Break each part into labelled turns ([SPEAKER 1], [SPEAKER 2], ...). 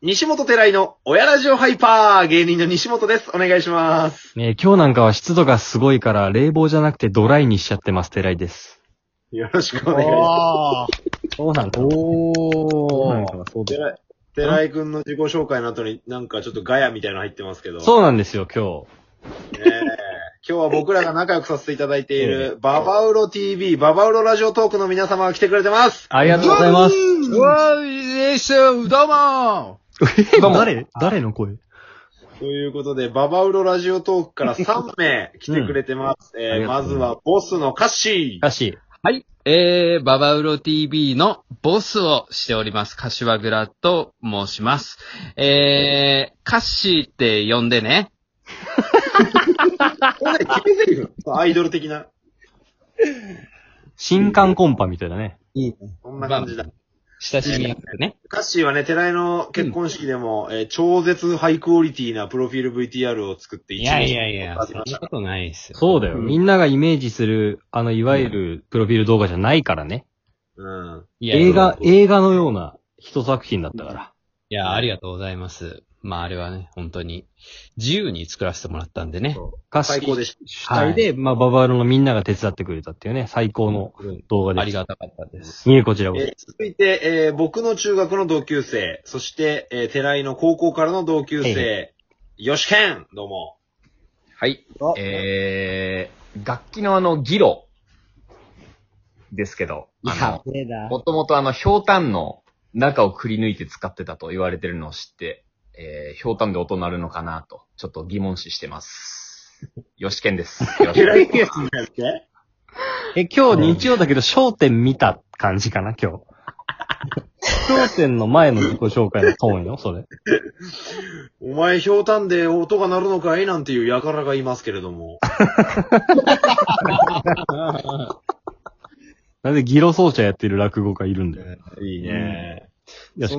[SPEAKER 1] 西本寺井の親ラジオハイパー芸人の西本です。お願いします。
[SPEAKER 2] ねえ今日なんかは湿度がすごいから、冷房じゃなくてドライにしちゃってます、寺井です。
[SPEAKER 1] よろしくお願いしま
[SPEAKER 3] ああ。
[SPEAKER 2] そうなんだ。そうなん
[SPEAKER 3] おー。
[SPEAKER 2] だ、そう
[SPEAKER 1] す。
[SPEAKER 2] だ。
[SPEAKER 1] 寺井寺井くんの自己紹介の後になんかちょっとガヤみたいなの入ってますけど。
[SPEAKER 2] そうなんですよ、今
[SPEAKER 1] ねえ今日は僕らが仲良くさせていただいている、ババウロ TV、ババウロラジオトークの皆様が来てくれてます。
[SPEAKER 2] 日。ありがとうございます。
[SPEAKER 3] うわー、一緒、どうも
[SPEAKER 2] え、誰誰の声
[SPEAKER 1] ということで、ババウロラジオトークから3名来てくれてます。え
[SPEAKER 2] あり
[SPEAKER 1] ー
[SPEAKER 2] が
[SPEAKER 1] ま
[SPEAKER 2] とう
[SPEAKER 1] ず
[SPEAKER 2] ございます
[SPEAKER 1] はボスのカッシー。
[SPEAKER 2] 歌詞。
[SPEAKER 3] はい。えー、ババウロ TV のボスをしております、柏倉と申します。えー、カッシーって呼んでね。
[SPEAKER 1] これね、決め台詞アイドル的な。
[SPEAKER 2] 新刊コンパみたいだね。
[SPEAKER 1] そんな感じだ。
[SPEAKER 3] 親しみやすくね。
[SPEAKER 1] カッシーはね、寺井の結婚式でも、えー超絶ハイクオリティなプロフィール VTR を作って一年
[SPEAKER 3] いや
[SPEAKER 1] そんな
[SPEAKER 3] ことないですよ。
[SPEAKER 2] そうだよ。
[SPEAKER 1] うん
[SPEAKER 2] みんながイメージする、あの、いわゆるプロフィール動画じゃないからね。
[SPEAKER 1] うん。
[SPEAKER 3] い
[SPEAKER 2] 映画、映画のような一作品だったから。
[SPEAKER 3] いや、ありがとうございます。まあ、あれはね、本当に、自由に作らせてもらったんでね。
[SPEAKER 2] 歌詞
[SPEAKER 1] 最高でし
[SPEAKER 2] 主体で、まあ、ババアロのみんなが手伝ってくれたっていうね、最高の動画
[SPEAKER 3] あ
[SPEAKER 2] で
[SPEAKER 3] り
[SPEAKER 2] す。
[SPEAKER 3] がたかったです。
[SPEAKER 2] いえ、こちら
[SPEAKER 1] た。
[SPEAKER 2] こ
[SPEAKER 1] え
[SPEAKER 2] そ
[SPEAKER 1] ー。続いて、えー僕の中学の同級生、そして、えー寺井の高校からの同級生、よしけんどうも。
[SPEAKER 4] はい。えー、楽器のあの、ギロですけど、あの、もともとあの、ひょうたんの中をくり抜いて使ってたと言われてるのを知って、えー、ひょうたんで音鳴るのかなと、ちょっと疑問視してます。よしけんです。よろしく
[SPEAKER 1] 寺井圭さんだっけ
[SPEAKER 2] え、今日日曜だけど、焦点見た感じかな、 今日。焦点の前の自己紹介のトーンよ、それ。
[SPEAKER 1] お前、ひょうたんで音が鳴るのかいなんていうやからがいますけれども。
[SPEAKER 2] なんでギロ奏者やってる落語家いるんだよ。
[SPEAKER 1] いいね。
[SPEAKER 2] よし
[SPEAKER 1] そ、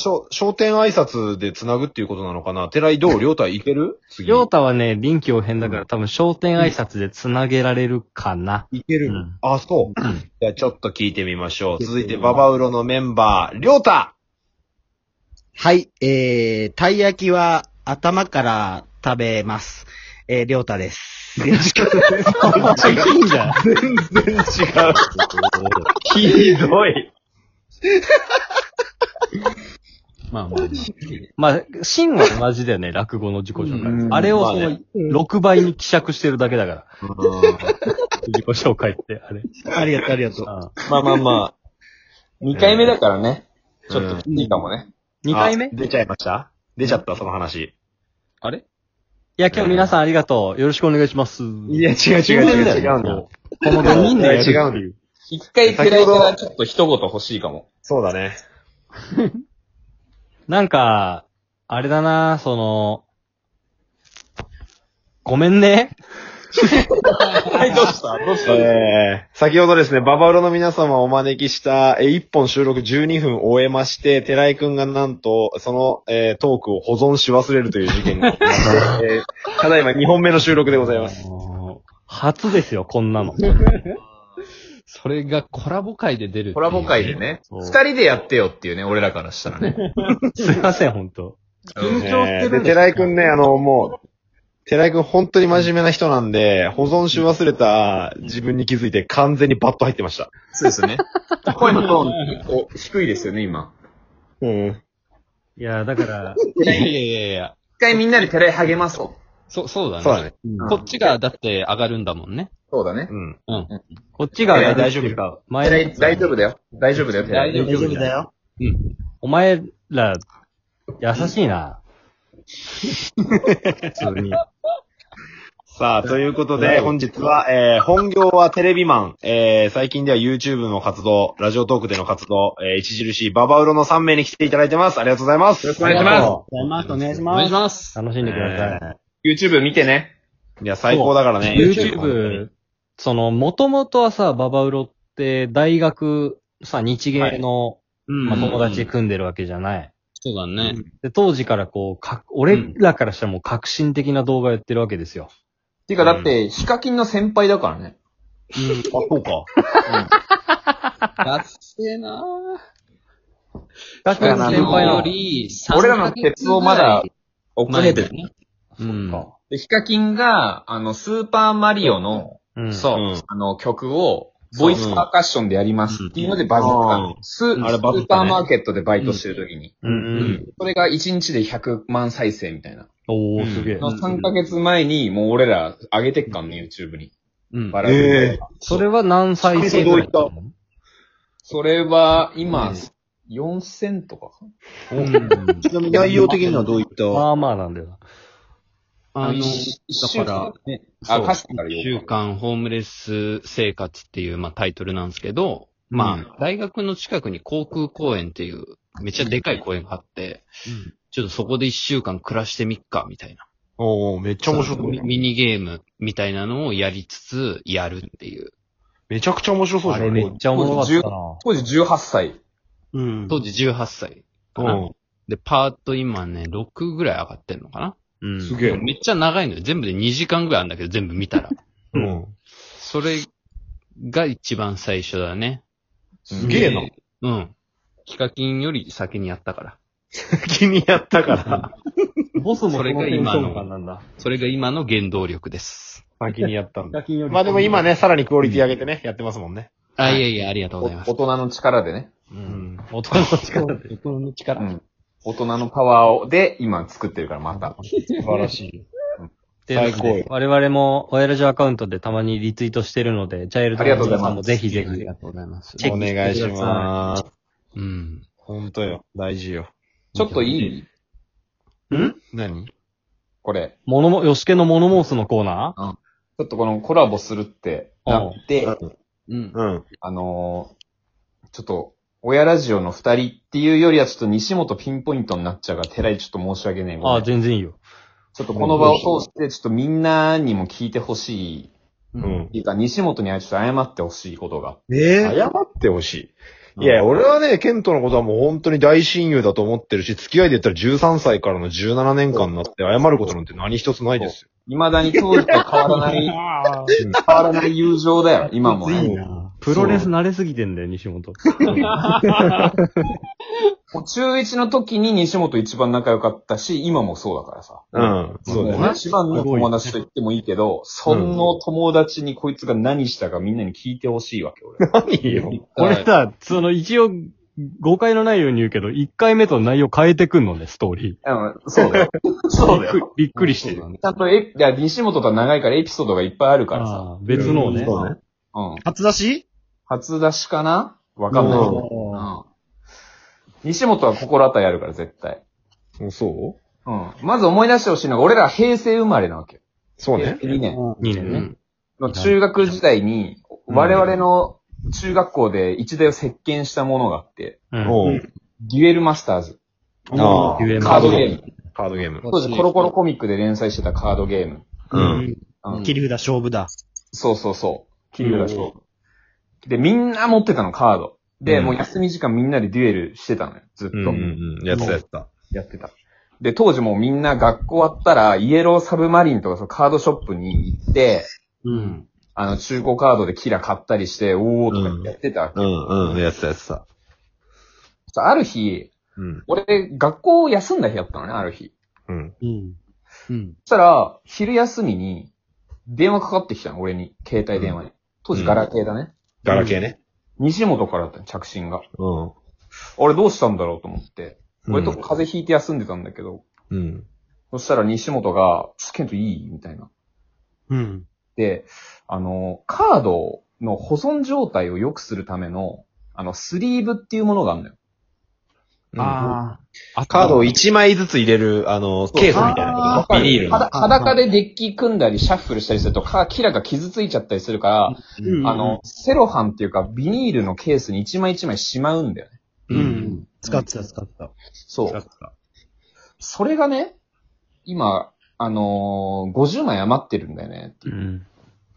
[SPEAKER 1] の、商店挨拶で繋ぐっていうことなのかな寺井ど う両体いける次。
[SPEAKER 2] りょうたはね、臨機応変だから、多分、焦点挨拶で繋げられるかな。
[SPEAKER 1] いける
[SPEAKER 2] うん
[SPEAKER 1] あ、そう。じゃあちょっと聞いてみましょう。続いて、ババウロのメンバー、りょうた
[SPEAKER 5] はい、えー、たい焼きは頭から食べます。えー、りょうたです。よろしく。
[SPEAKER 2] いいじゃん。
[SPEAKER 4] ひどい。
[SPEAKER 3] まあまあ、
[SPEAKER 2] まあ、芯は同じだよね、落語の自己紹介。
[SPEAKER 4] うん
[SPEAKER 2] あれをそ
[SPEAKER 1] まあ
[SPEAKER 2] の
[SPEAKER 1] ね、
[SPEAKER 2] 6倍に希釈してるだけだから。 自己紹介って、あれ。
[SPEAKER 5] ありがとう、ありがとう。
[SPEAKER 1] まあまあま
[SPEAKER 4] 2回目だからね。ちょっといいかもね。
[SPEAKER 2] 2回目い
[SPEAKER 1] 出ちゃいました出ちゃった、その話。
[SPEAKER 3] あれ
[SPEAKER 2] や、今日皆さんありがとう。よろしくお願いします。
[SPEAKER 1] いや、違う違う違う違うんだ。
[SPEAKER 2] この5人でやるっていう。
[SPEAKER 4] 一回寺井からちょっと一言欲しいかも。
[SPEAKER 1] そうだね。
[SPEAKER 2] なんか、あれだな、その、ごめんね。
[SPEAKER 4] はい、どうしたどうした
[SPEAKER 1] えー、先ほどですね、ババウロの皆様をお招きした、えー、1本収録12分終えまして、寺井くんがなんと、その、えートークを保存し忘れるという事件が、えーただいま2本目の収録でございます。
[SPEAKER 2] 初ですよ、こんなの。
[SPEAKER 3] それがコラボ会で出る。
[SPEAKER 4] コラボ会で。ね、
[SPEAKER 2] そう
[SPEAKER 4] 二人でやってよっていうね、俺らからしたらね。
[SPEAKER 2] すいません、ほんと。
[SPEAKER 4] うん
[SPEAKER 3] 緊張してる
[SPEAKER 1] で、
[SPEAKER 3] んです
[SPEAKER 1] 寺井くんね、あの、もう、寺井くん本当に真面目な人なんで、保存し忘れた自分に気づいて完全にバッと入ってました。
[SPEAKER 4] そうですね。 声のトーン、こう、低いですよね、今。
[SPEAKER 1] うん。
[SPEAKER 2] いや、だから、
[SPEAKER 3] いやいやいやいや。
[SPEAKER 4] 一回みんなで寺井励まそう。
[SPEAKER 3] そ、そうだね。
[SPEAKER 1] そうだね。
[SPEAKER 3] こっちがだって上がるんだもんね。
[SPEAKER 4] そうだね
[SPEAKER 1] う。ん。
[SPEAKER 2] こっちが、
[SPEAKER 4] いや大丈夫
[SPEAKER 2] か。
[SPEAKER 4] 寺
[SPEAKER 2] 前
[SPEAKER 4] 井、、大丈夫だよ。大丈夫だよ、寺井。
[SPEAKER 5] 大丈夫だよ。
[SPEAKER 2] お前ら、優しいな。普通に。
[SPEAKER 1] さあ、ということで、本日は、えー、本業はテレビマン、えー、最近では YouTube の活動、ラジオトークでの活動、えー、著しいババウロの3名に来ていただいてます。ありがとうございます。よろしく
[SPEAKER 4] お願いします
[SPEAKER 5] ます。お願いし
[SPEAKER 3] お願
[SPEAKER 5] ま
[SPEAKER 3] いし
[SPEAKER 5] す。
[SPEAKER 3] ます。
[SPEAKER 2] 楽しんでください。
[SPEAKER 4] YouTube 見てね。
[SPEAKER 1] いや、最高だからね。
[SPEAKER 2] YouTube、その、もともとはさ、ババウロって、大学、さ、日芸の、
[SPEAKER 3] うん
[SPEAKER 2] まあ、友達組んでるわけじゃない。
[SPEAKER 3] そうだね。
[SPEAKER 2] で、当時からこう、か、俺らからしたらもう革新的な動画やってるわけですよ。
[SPEAKER 4] ていうか、だって、ヒカキンの先輩だからね。
[SPEAKER 1] あ、そうか。
[SPEAKER 3] 達成なぁ。
[SPEAKER 2] 確かに
[SPEAKER 3] 先
[SPEAKER 2] 先輩
[SPEAKER 3] 輩
[SPEAKER 2] な
[SPEAKER 3] よ
[SPEAKER 2] の。
[SPEAKER 3] り、
[SPEAKER 4] 俺らの鉄をまだ
[SPEAKER 1] 遅
[SPEAKER 3] 前
[SPEAKER 1] れ
[SPEAKER 3] で
[SPEAKER 1] て
[SPEAKER 3] す
[SPEAKER 1] る。
[SPEAKER 3] ね。
[SPEAKER 2] うん。
[SPEAKER 4] で、ヒカキンが、あの、スーパーマリオの、
[SPEAKER 2] うん。
[SPEAKER 3] そうう。
[SPEAKER 1] ん。
[SPEAKER 4] あの、曲を、ボイスパーカッションでやりますっていうのでバズっ
[SPEAKER 1] うん
[SPEAKER 4] た。ス
[SPEAKER 1] んあれバズ
[SPEAKER 4] ス
[SPEAKER 1] っ
[SPEAKER 4] ーパ
[SPEAKER 1] た
[SPEAKER 4] ー
[SPEAKER 1] ね
[SPEAKER 4] マーケットでバイトしてる時に。
[SPEAKER 2] うんうん。
[SPEAKER 4] それが1日で100万再生みたいな。
[SPEAKER 2] おー、すげえ。
[SPEAKER 4] の3ヶ月前に、もう俺ら上げてっかんね、YouTube に。
[SPEAKER 2] うん。
[SPEAKER 4] バラエ
[SPEAKER 1] え
[SPEAKER 4] ティ
[SPEAKER 2] それは何歳生ぐらいだったの
[SPEAKER 4] それは、今
[SPEAKER 2] うん、
[SPEAKER 4] 4000とか
[SPEAKER 2] うん
[SPEAKER 1] えちなみに内容的にはどういった
[SPEAKER 2] まあまあなんだよな。
[SPEAKER 3] あの、
[SPEAKER 4] 一一週
[SPEAKER 3] だから
[SPEAKER 4] 間ね。あ、
[SPEAKER 3] そう
[SPEAKER 4] 歌詞から
[SPEAKER 3] 一
[SPEAKER 4] よ
[SPEAKER 3] 週間ホームレス生活っていう、まあ、タイトルなんですけど、
[SPEAKER 4] う
[SPEAKER 3] ま
[SPEAKER 4] ん
[SPEAKER 3] あ、大学の近くに航空公園っていう、めっちゃでかい公園があって、ちょっとそこで一週間暮らしてみっか、みたいな。
[SPEAKER 1] おおめっちゃ面白そう
[SPEAKER 3] ミ。ミニゲームみたいなのをやりつつ、やるっていう。
[SPEAKER 1] めちゃくちゃ面白そう
[SPEAKER 2] あ
[SPEAKER 1] じゃ
[SPEAKER 2] れ
[SPEAKER 1] ん。
[SPEAKER 2] めっちゃおもろかったな。
[SPEAKER 4] 当時18歳。
[SPEAKER 5] うん。
[SPEAKER 3] 当時18歳かな。
[SPEAKER 1] う
[SPEAKER 3] で、パート今ね、6ぐらい上がってんのかな。
[SPEAKER 2] うん
[SPEAKER 1] ん。すげえ。
[SPEAKER 3] めっちゃ長いのよ。全部で2時間ぐらいあるんだけど、全部見たら。
[SPEAKER 1] うん。
[SPEAKER 3] それが一番最初だね。
[SPEAKER 1] すげえな。
[SPEAKER 3] うん。ヒカキンより先にやったから。
[SPEAKER 1] 気にやったから。
[SPEAKER 2] ボスも
[SPEAKER 3] そ
[SPEAKER 2] そ
[SPEAKER 3] れ
[SPEAKER 2] れ
[SPEAKER 3] が
[SPEAKER 2] が
[SPEAKER 3] 今
[SPEAKER 2] 今
[SPEAKER 3] の
[SPEAKER 2] の。なんだ。
[SPEAKER 3] それが今の原動力です。
[SPEAKER 1] 先にやったんだ。
[SPEAKER 2] 金よ
[SPEAKER 1] まあでも今ね、さらにクオリティ上げてね、やってますもんね。
[SPEAKER 3] あ、いやいや、ありがとう
[SPEAKER 4] お
[SPEAKER 3] ござい
[SPEAKER 4] 大
[SPEAKER 3] ます。
[SPEAKER 4] 人の力でね。
[SPEAKER 2] うん。大人の力で。
[SPEAKER 3] 人の
[SPEAKER 4] う
[SPEAKER 3] 力。
[SPEAKER 4] ん。大人のパワーを、で、今作ってるから、また。
[SPEAKER 1] 素晴らしい。
[SPEAKER 2] 最
[SPEAKER 1] 最
[SPEAKER 2] 高
[SPEAKER 1] 高
[SPEAKER 2] よ
[SPEAKER 1] よ。
[SPEAKER 2] 我々も、ワイラジアカウントでたまにリツイートしてるので、チャイルド
[SPEAKER 4] ありがとうございます
[SPEAKER 2] さんもぜひぜ
[SPEAKER 3] あ
[SPEAKER 2] ひ
[SPEAKER 3] り。がとうございます。
[SPEAKER 2] チェッ
[SPEAKER 1] お
[SPEAKER 2] クしてください
[SPEAKER 1] 願いします。
[SPEAKER 3] うん。
[SPEAKER 1] ほんとよ。大事よ。
[SPEAKER 4] ちょっといい
[SPEAKER 1] 何
[SPEAKER 4] これ。
[SPEAKER 2] ものも、よしけのモノモースのコーナ
[SPEAKER 4] ちょっとこのコラボするってなって、
[SPEAKER 3] うん。
[SPEAKER 1] うん。
[SPEAKER 4] あのーちょっと、親ラジオの二人っていうよりはちょっと西本ピンポイントになっちゃうから、寺井ちょっと申し訳ねえ。
[SPEAKER 2] ー
[SPEAKER 4] ごめん
[SPEAKER 2] ああ、全然いいよ。
[SPEAKER 4] ちょっとこの場を通して、ちょっとみんなにも聞いてほしい。
[SPEAKER 1] う
[SPEAKER 2] うん
[SPEAKER 1] ん。
[SPEAKER 4] っていうか、西本にはちょっと謝ってほしいことが。
[SPEAKER 5] え
[SPEAKER 1] 謝ってほしい。いや、俺はね、ケントのことはもう本当に大親友だと思ってるし、付き合いで言ったら13歳からの17年間になって謝ることなんて何一つないですよ。
[SPEAKER 4] 未だに当時と変わらない、変わらない友情だよ、今も、ね。
[SPEAKER 2] プロレス慣れすぎてんだよ、西本。
[SPEAKER 4] もう中1の時に西本一番仲良かったし、今もそうだからさ。
[SPEAKER 1] うん。そうだよ
[SPEAKER 4] も
[SPEAKER 1] ね。
[SPEAKER 4] 一番の友達と言ってもいいけど、その友達にこいつが何したかみんなに聞いてほしいわけ、俺。
[SPEAKER 1] 何よ。
[SPEAKER 2] 俺さ、その一応、誤解のないように言うけど、1回目と内容変えてくんのね、ストーリー。
[SPEAKER 4] うん、そうだよ。そうだよ。
[SPEAKER 2] びっくりしてる。
[SPEAKER 4] ちゃんとえ、いや、西本とは長いからエピソードがいっぱいあるからさ。
[SPEAKER 2] ああ別のをね。
[SPEAKER 1] そうね。
[SPEAKER 4] うん。
[SPEAKER 5] 初出し
[SPEAKER 4] 初出しかなわかんないけど。うん。西本は心当たりあるから、絶対。
[SPEAKER 1] うんそう
[SPEAKER 4] うん。まず思い出してほしいのが、俺ら平成生まれなわけよ。
[SPEAKER 1] そうね。
[SPEAKER 4] 平成2年。
[SPEAKER 2] 2年
[SPEAKER 3] う
[SPEAKER 2] ね。
[SPEAKER 3] ん
[SPEAKER 4] の中学時代に、我々の中学校で一台を席巻したものがあって、
[SPEAKER 2] うん。
[SPEAKER 1] おう
[SPEAKER 4] デュエルマスターズ。
[SPEAKER 1] ああ
[SPEAKER 2] デュエルマ
[SPEAKER 4] カードゲーム。
[SPEAKER 1] カードゲーム。
[SPEAKER 4] 当時コロコロコミックで連載してたカードゲーム。
[SPEAKER 1] う。
[SPEAKER 5] うんん。
[SPEAKER 4] うん。
[SPEAKER 5] 切り札勝負だ。
[SPEAKER 4] そうそうそう。切り札勝負。で、みんな持ってたの、カード。で、
[SPEAKER 1] うん
[SPEAKER 4] もう休み時間みんなでデュエルしてたのよ。ずっと。
[SPEAKER 1] うんうんうん。やってたやってた。
[SPEAKER 4] やってた。で、当時もうみんな学校終わったら、イエローサブマリンとかそのカードショップに行って、
[SPEAKER 2] うん。
[SPEAKER 4] あの、中古カードでキラ買ったりして、おーとかやってたわけ。
[SPEAKER 1] うんうん。やってたやってた。
[SPEAKER 4] さある日、
[SPEAKER 1] うん。
[SPEAKER 4] 俺、学校を休んだ日だったのね、ある日。
[SPEAKER 1] うん。
[SPEAKER 2] うん。うん。
[SPEAKER 4] そしたら、昼休みに、電話かかってきたの、俺に。携帯電話に。当時、ガラケーだね。
[SPEAKER 1] ガラケーね。
[SPEAKER 4] 西本からだったの、着信が。
[SPEAKER 1] うん。
[SPEAKER 4] 俺どうしたんだろうと思って。
[SPEAKER 1] うん
[SPEAKER 4] 俺と風邪ひいて休んでたんだけど、
[SPEAKER 1] うん。
[SPEAKER 4] そしたら西本が、ケントいいみたいな。
[SPEAKER 2] うん。
[SPEAKER 4] で、あの、カードの保存状態を良くするための、あの、スリーブっていうものがあるのよ。
[SPEAKER 5] あ
[SPEAKER 1] あ。カードを1枚ずつ入れる、あの、ケースみたいなこと。ビニールの。
[SPEAKER 4] 裸裸でデッキ組んだり、シャッフルしたりすると、カーキラが傷ついちゃったりするから、
[SPEAKER 5] うん
[SPEAKER 4] あの、セロハンっていうか、ビニールのケースに一枚一枚しまうんだよね。
[SPEAKER 5] うん。使ってた、使ってた。
[SPEAKER 4] そう。それがね、今、あのー50枚余ってるんだよね。
[SPEAKER 2] うん。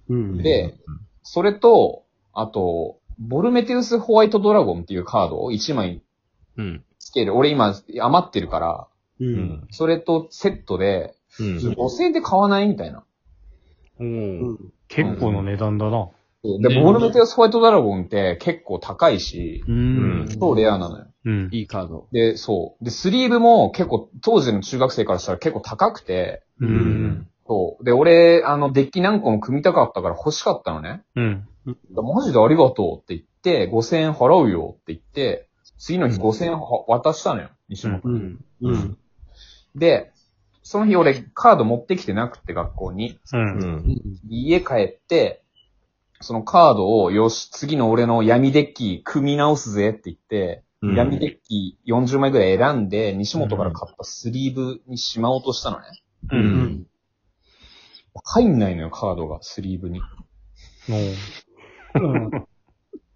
[SPEAKER 5] うん
[SPEAKER 4] で、それと、あと、ボルメテウスホワイトドラゴンっていうカードを1枚
[SPEAKER 3] うん。
[SPEAKER 4] つける。俺今余ってるから、
[SPEAKER 5] う。
[SPEAKER 1] うんん。
[SPEAKER 4] それとセットで、
[SPEAKER 1] うん。
[SPEAKER 4] 5000円で買わないみたいな。
[SPEAKER 3] おー
[SPEAKER 2] 結構の値段だな。
[SPEAKER 4] で、
[SPEAKER 3] ね
[SPEAKER 4] モールメテオスホワイトドラゴンって結構高いし、
[SPEAKER 2] う
[SPEAKER 1] うん
[SPEAKER 2] ん。
[SPEAKER 4] 超レアなのよ。
[SPEAKER 2] うん。
[SPEAKER 3] いいカード。
[SPEAKER 4] で、そう。で、スリーブも結構、当時の中学生からしたら結構高くて、
[SPEAKER 2] う。。
[SPEAKER 1] うん
[SPEAKER 4] そう。で、俺、あの、デッキ何個も組みたかったから欲しかったのね。
[SPEAKER 2] うん。
[SPEAKER 4] マジでありがとうって言って、5000円払うよって言って、次の日5000円は渡したのよ、西本。
[SPEAKER 2] うん。
[SPEAKER 1] うん。
[SPEAKER 4] で、その日俺カード持ってきてなくて学校に。
[SPEAKER 1] う
[SPEAKER 2] う。
[SPEAKER 1] んん。
[SPEAKER 4] 家帰って、そのカードを、よし、次の俺の闇デッキ組み直すぜって言って、
[SPEAKER 1] うん
[SPEAKER 4] 闇デッキ40枚ぐらい選んで、西本から買ったスリーブにしまおうとしたのね。
[SPEAKER 2] う。
[SPEAKER 1] うんん。
[SPEAKER 4] 入んないのよ、カードが、スリーブに。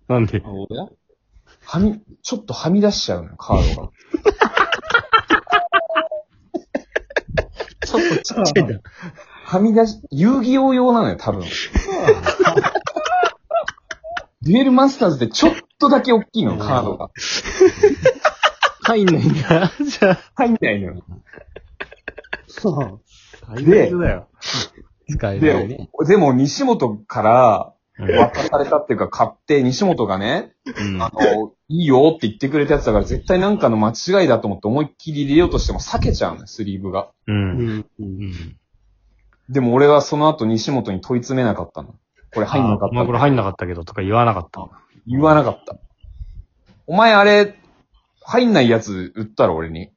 [SPEAKER 2] なんで
[SPEAKER 4] はみ、ちょっとはみ出しちゃうのよ、カードが。 ちょっとちっちゃいんだ。はみ出し、遊戯王用なのよ、多分。デュエルマスターズってちょっとだけ大きいのよ、カードが。
[SPEAKER 2] 入んないんだ。じゃあ。
[SPEAKER 4] 入んないのよ。
[SPEAKER 5] そう。
[SPEAKER 2] 最悪だよ。使えないね。
[SPEAKER 4] でも、西本から
[SPEAKER 2] うん
[SPEAKER 4] 渡されたっていうか、買って、西本がね、
[SPEAKER 2] うん
[SPEAKER 4] あの、いいよって言ってくれたやつだから、絶対なんかの間違いだと思って思いっきり入れようとしても避けちゃうのよ、スリーブが。
[SPEAKER 2] うん。
[SPEAKER 4] でも俺はその後西本に問い詰めなかったの。これ入んなかっ
[SPEAKER 2] まあこれ
[SPEAKER 4] た。
[SPEAKER 2] 入んなかったけどとか言わなかった。
[SPEAKER 4] 言わなかった。お前あれ、入んないやつ売ったろ、俺に。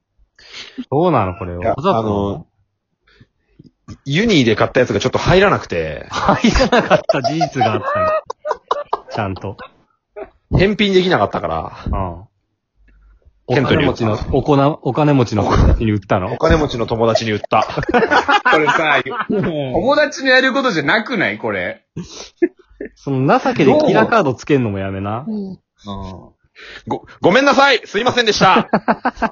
[SPEAKER 2] どうなのこれを。
[SPEAKER 1] いや
[SPEAKER 2] わざと
[SPEAKER 1] あの、ユニーで買ったやつがちょっと入らなくて、
[SPEAKER 2] 入らなかった事実があったの。ちゃんと。
[SPEAKER 1] 返品できなかったから、
[SPEAKER 2] うん。お
[SPEAKER 1] ケント
[SPEAKER 2] 金
[SPEAKER 1] に売
[SPEAKER 2] 持
[SPEAKER 1] っ
[SPEAKER 2] ち
[SPEAKER 1] た
[SPEAKER 2] の、おこな、お金持ちの子たちに売ったの
[SPEAKER 1] お金持ちの友達に売 った。
[SPEAKER 4] これさ、友達のやることじゃなくないこれ。
[SPEAKER 2] その情けでキラーカードつけんのもやめな。
[SPEAKER 4] うん。
[SPEAKER 1] ご、ごめんなさいすいませんでした